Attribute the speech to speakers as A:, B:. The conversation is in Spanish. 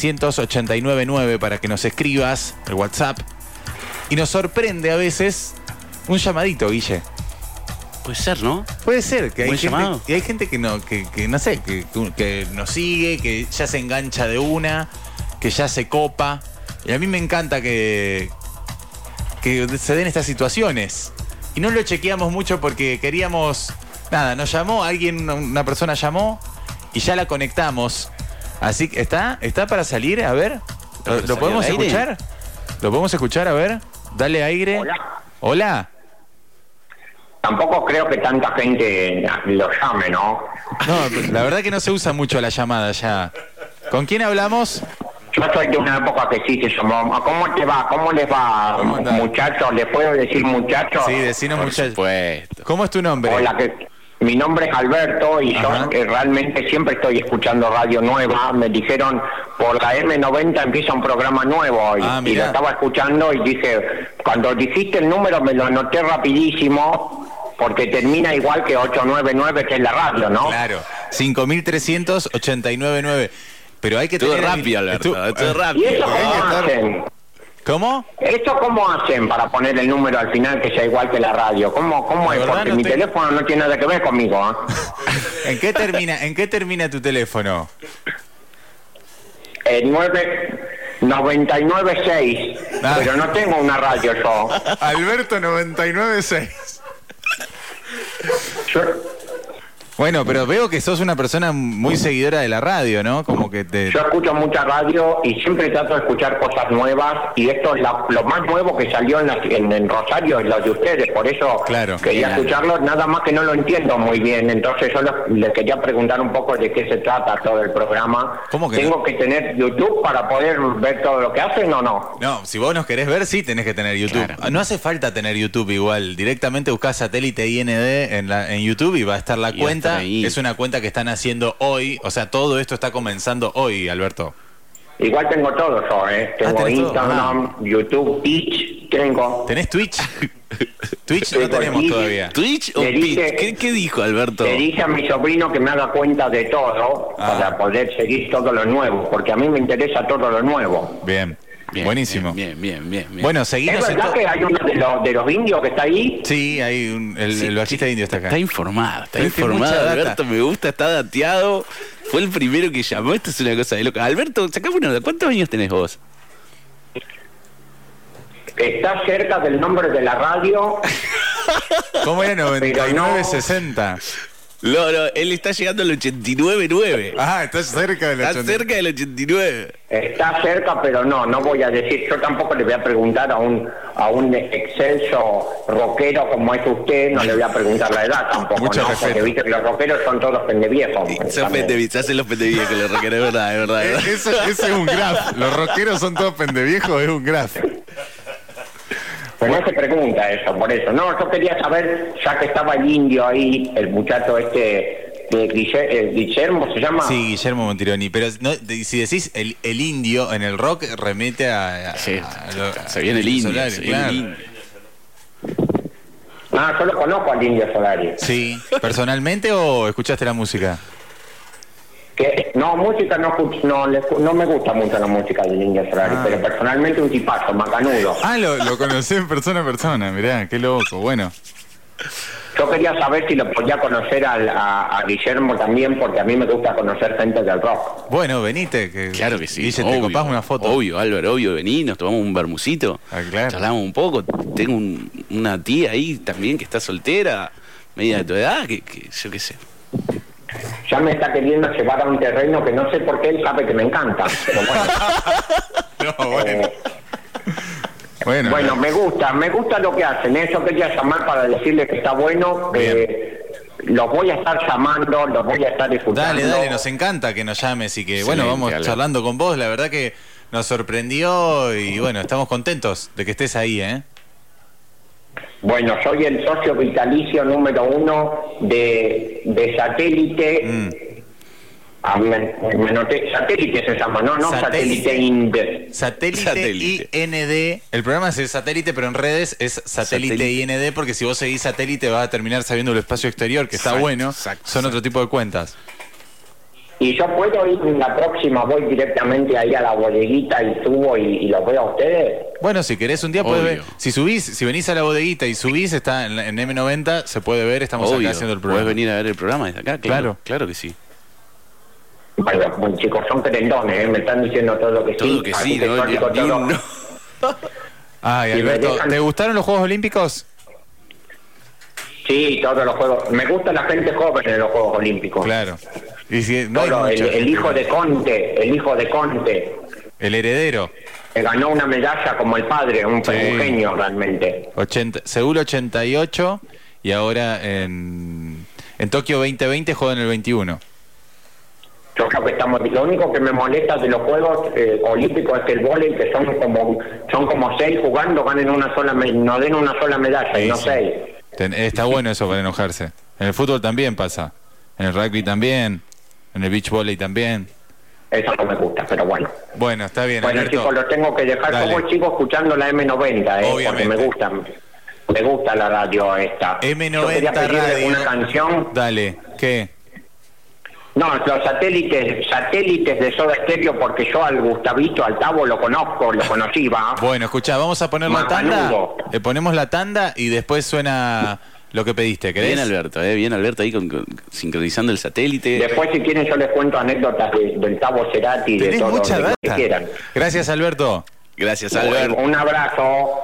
A: 53899 para que nos escribas el WhatsApp. Y nos sorprende a veces un llamadito, Guille.
B: Puede ser, ¿no?
A: Puede ser que hay
B: Buen
A: gente,
B: llamado.
A: que hay gente que no, que, que no sé, que, que nos sigue, que ya se engancha de una, que ya se copa. Y a mí me encanta que, que se den estas situaciones. Y no lo chequeamos mucho porque queríamos. Nada, nos llamó, alguien, una persona llamó y ya la conectamos. Así que está, está para salir, a ver. ¿Lo,
B: ¿Está para
A: lo podemos
B: salir al aire?
A: escuchar? ¿Lo podemos escuchar? A ver. Dale aire.
C: Hola.
A: Hola.
C: Tampoco creo que tanta gente lo llame, ¿no?
A: No, pues, la verdad que no se usa mucho la llamada ya. ¿Con quién hablamos?
C: Yo soy de una época que sí se llamó. "Ah, ¿Cómo te va? ¿Cómo les va,
A: ¿Cómo andás?
C: muchachos? ¿Les puedo decir muchachos?
A: Sí, decinos
B: Por
A: muchachos.
B: supuesto.
A: ¿Cómo es tu nombre?
C: Hola, que- mi nombre es Alberto y
A: Ajá.
C: yo eh, realmente siempre estoy escuchando radio nueva. Me dijeron por la M90 empieza un programa nuevo y,
A: Ah,
C: y lo
A: mirá.
C: estaba escuchando y dije, cuando dijiste el número me lo anoté rapidísimo porque termina igual que 899 que es la radio, ¿no?
A: Claro. 5.389.9. Pero hay que
B: Estuvo
A: tener...
B: rápido, Alberto.
A: Estu-
B: Estuvo
C: ¿Y
B: rápido.
C: eso
A: Hay
C: cómo
A: que estar-
C: hacen?
A: ¿Cómo?
C: ¿Esto cómo hacen para poner el número al final que sea igual que la radio? ¿Cómo, cómo
A: La
C: es?
A: verdad
C: Porque
A: no
C: mi
A: tengo-
C: teléfono no tiene nada que ver conmigo. ¿ah?
A: ¿En qué termina, ¿en qué termina tu teléfono?
C: El 9... 99.6,
A: Ah.
C: pero no tengo una radio yo.
A: Alberto 996.
C: Yo-
A: Bueno, pero veo que sos una persona muy seguidora de la radio, ¿no? Como que te...
C: Yo escucho mucha radio y siempre trato de escuchar cosas nuevas y esto es la- lo más nuevo que salió en, la- en- en Rosario, es lo de ustedes, por eso
A: Claro.
C: quería
B: Claro.
C: escucharlo, nada más que no lo entiendo muy bien, entonces yo lo- les quería preguntar un poco de qué se trata todo el programa.
A: ¿Cómo que
C: ¿Tengo
A: no?
C: que tener YouTube para poder ver todo lo que hacen o no?
A: No, si vos nos querés ver, sí tenés que tener YouTube.
B: Claro.
A: Ah, No hace falta tener YouTube igual. Directamente buscás satélite IND en, la- en YouTube y va a estar la
B: Y va a estar
A: cuenta.
B: ahí.
A: es una cuenta que están haciendo hoy. O sea, todo esto está comenzando hoy, Alberto.
C: Igual tengo todo yo, ¿eh?
A: Ah,
C: Tengo
A: tenés todo.
C: Instagram, YouTube, Twitch, tengo...
A: ¿Tenés Twitch? Twitch no
C: Tengo
A: tenemos
C: Twitch.
A: todavía.
B: ¿Twitch o
C: Le dije-
B: Pitch? ¿Qué, qué dijo Alberto?
C: Le dije a mi sobrino que me haga cuenta de todo
A: Ah.
C: para poder seguir todo lo nuevo, porque a mí me interesa todo lo nuevo.
A: Bien.
B: Bien,
A: Buenísimo.
B: Bien, bien, bien. bien.
A: Bueno,
C: ¿Es
A: seguimos en
C: verdad
A: to-
C: que hay uno de los, de los indios que está ahí?
A: Sí, hay un, el,
B: Sí,
A: el bajista indio está acá.
B: Está informado, está
A: Pero es que mucha
B: informado.
A: data.
B: Alberto me gusta, está dateado. Fue el primero que llamó. Esto es una cosa de loca. Alberto, sacame una duda. ¿Cuántos años tenés vos?
C: Está cerca del nombre de la radio.
A: ¿Cómo era? 9960.
B: No, no, él está llegando al 89.9.
A: Ah, estás cerca del
B: Está
A: 80.
B: cerca del 89.
C: Está cerca, pero no, no voy a decir. Yo tampoco le voy a preguntar a un a un excelso rockero como es usted, no le voy a preguntar la edad tampoco,
A: Mucho
C: ¿no? Porque
A: respeto.
C: viste que los rockeros son todos pendeviejos.
B: Son
C: también.
B: pendevi- se hacen los pendevillas que le requieren, es verdad, es verdad. es verdad.
A: Ese, ese es un graf. Los rockeros son todos pendeviejos, es un graf.
C: Pero no se pregunta eso, por eso. No, yo quería saber, ya que estaba el indio ahí, el muchacho este, de Guille- eh, Guillermo, ¿se
B: Ah.
C: llama?
A: Sí, Guillermo Montironi. Pero no- de- si decís el, el indio en el rock, remite a. a-
B: Sí,
A: a lo-
B: Se viene el
A: a
B: indio.
A: Solari,
B: se viene
A: claro.
B: el indio.
C: Ah, yo lo conozco al indio Solari.
A: Sí. ¿Personalmente o escuchaste la música?
C: Que, no, música no, escucho- no, le- no me gusta mucho la música del indio Solari,
A: Ah.
C: pero personalmente un tipazo, macanudo.
A: Ah, lo, lo conocí en persona a persona, mirá, qué loco. Bueno,
C: Yo quería saber si lo podía conocer al- a, a Guillermo también, porque a mí me gusta conocer gente del rock.
A: bueno, venite. Que,
B: Claro que sí.
A: Guille, te
B: obvio,
A: copás una foto.
B: Obvio, Álvaro, obvio, vení, nos tomamos un bermucito.
A: Ah, claro.
B: Charlamos un poco. Tengo un- una tía ahí también que está soltera, media de tu edad, que, que yo qué sé.
C: Ya me está queriendo llevar a un terreno que no sé por qué él sabe que me encanta. Pero bueno,
A: No, bueno.
C: eh,
A: Bueno,
C: Bueno, me gusta, me gusta lo que hacen. Eso quería llamar para decirles que está bueno.
A: Bien.
C: eh, los voy a estar llamando, los voy a estar escuchando.
A: Dale, dale, nos encanta que nos llames y que,
B: Excelente,
A: bueno, vamos
B: Ale.
A: charlando con vos. La verdad que nos sorprendió y, bueno, estamos contentos de que estés ahí, ¿eh?
C: Bueno, soy el socio vitalicio número uno de, de satélite.
B: Mm.
C: Ah, me, me noté, satélite se llama, no, no
A: Satélite.
C: satélite, IND.
A: Satélite,
B: Satélite.
A: IND. El programa es el satélite, pero en redes es satélite,
B: Satélite.
A: IND, porque si vos seguís satélite vas a terminar sabiendo el espacio exterior, que está
B: Exacto,
A: bueno.
B: exacto,
A: Son otro tipo de cuentas.
C: Y yo puedo ir la próxima, voy directamente ahí a la bodeguita y subo y, y los veo a ustedes.
A: Bueno, si querés un día podés
B: Obvio.
A: ver. Si subís, si venís a la bodeguita y subís, está en, la- en M90, se puede ver, estamos
B: Obvio,
A: acá haciendo el
B: podés
A: programa.
B: venir a ver el programa desde acá,
A: Claro.
B: claro. Claro que sí.
C: Bueno, bueno, chicos, son trendones, ¿eh? me están diciendo todo lo que
B: Todo
C: sí.
B: que
C: así
B: sí, no,
C: yo
B: ni-
C: digo
B: ni
C: todo.
B: un no.
A: Ay,
C: Y me
A: Alberto,
C: dejan-
A: ¿te gustaron los Juegos Olímpicos?
C: Sí, todos los juegos. Me gusta la gente joven en los Juegos Olímpicos.
A: Claro. Y si- no hay
C: Todo, el,
A: mucha
C: el
A: gente.
C: hijo de Conte, el hijo de Conte,
A: El heredero.
C: que ganó una medalla como el padre, un,
A: Sí.
C: un genio realmente.
A: 80, Seúl 88 y ahora en, en Tokio 2020 juega en el 21.
C: Yo creo que estamos. Lo único que me molesta de los Juegos eh, Olímpicos es que el vóley, que son como son como seis jugando, ganen una sola, me- no den una sola medalla, y
A: Sí,
C: no
A: sí.
C: seis.
A: Ten- está bueno eso para enojarse. En el fútbol también pasa. En el rugby también. En el beach volley también.
C: Eso no me gusta, pero bueno.
A: Bueno, está bien,
C: Bueno,
A: Alberto.
C: chicos, lo tengo que dejar.
A: Dale.
C: Como el chico escuchando la M90, ¿eh?
A: Obviamente.
C: Porque me gusta. Me gusta la radio esta. Yo quería
A: M90
C: pedirle
A: Radio.
C: una canción.
A: Dale, ¿qué?
C: No, los satélites satélites de Soda Stereo, porque yo al Gustavito, al Tavo, lo conozco, lo conocí, va.
A: Bueno, escuchá, vamos a poner la tanda.
C: Macanudo.
A: Le ponemos la tanda y después suena lo que pediste, ¿querés?
B: Bien Alberto, eh, bien Alberto ahí con- con- sincronizando el satélite.
C: Después, si quieren, yo les cuento anécdotas de- del Tavo Cerati, de
A: Tenés
C: todo
A: mucha
C: de lo
A: data.
C: que quieran.
A: Gracias, Alberto.
B: Gracias Alberto.
C: Un abrazo.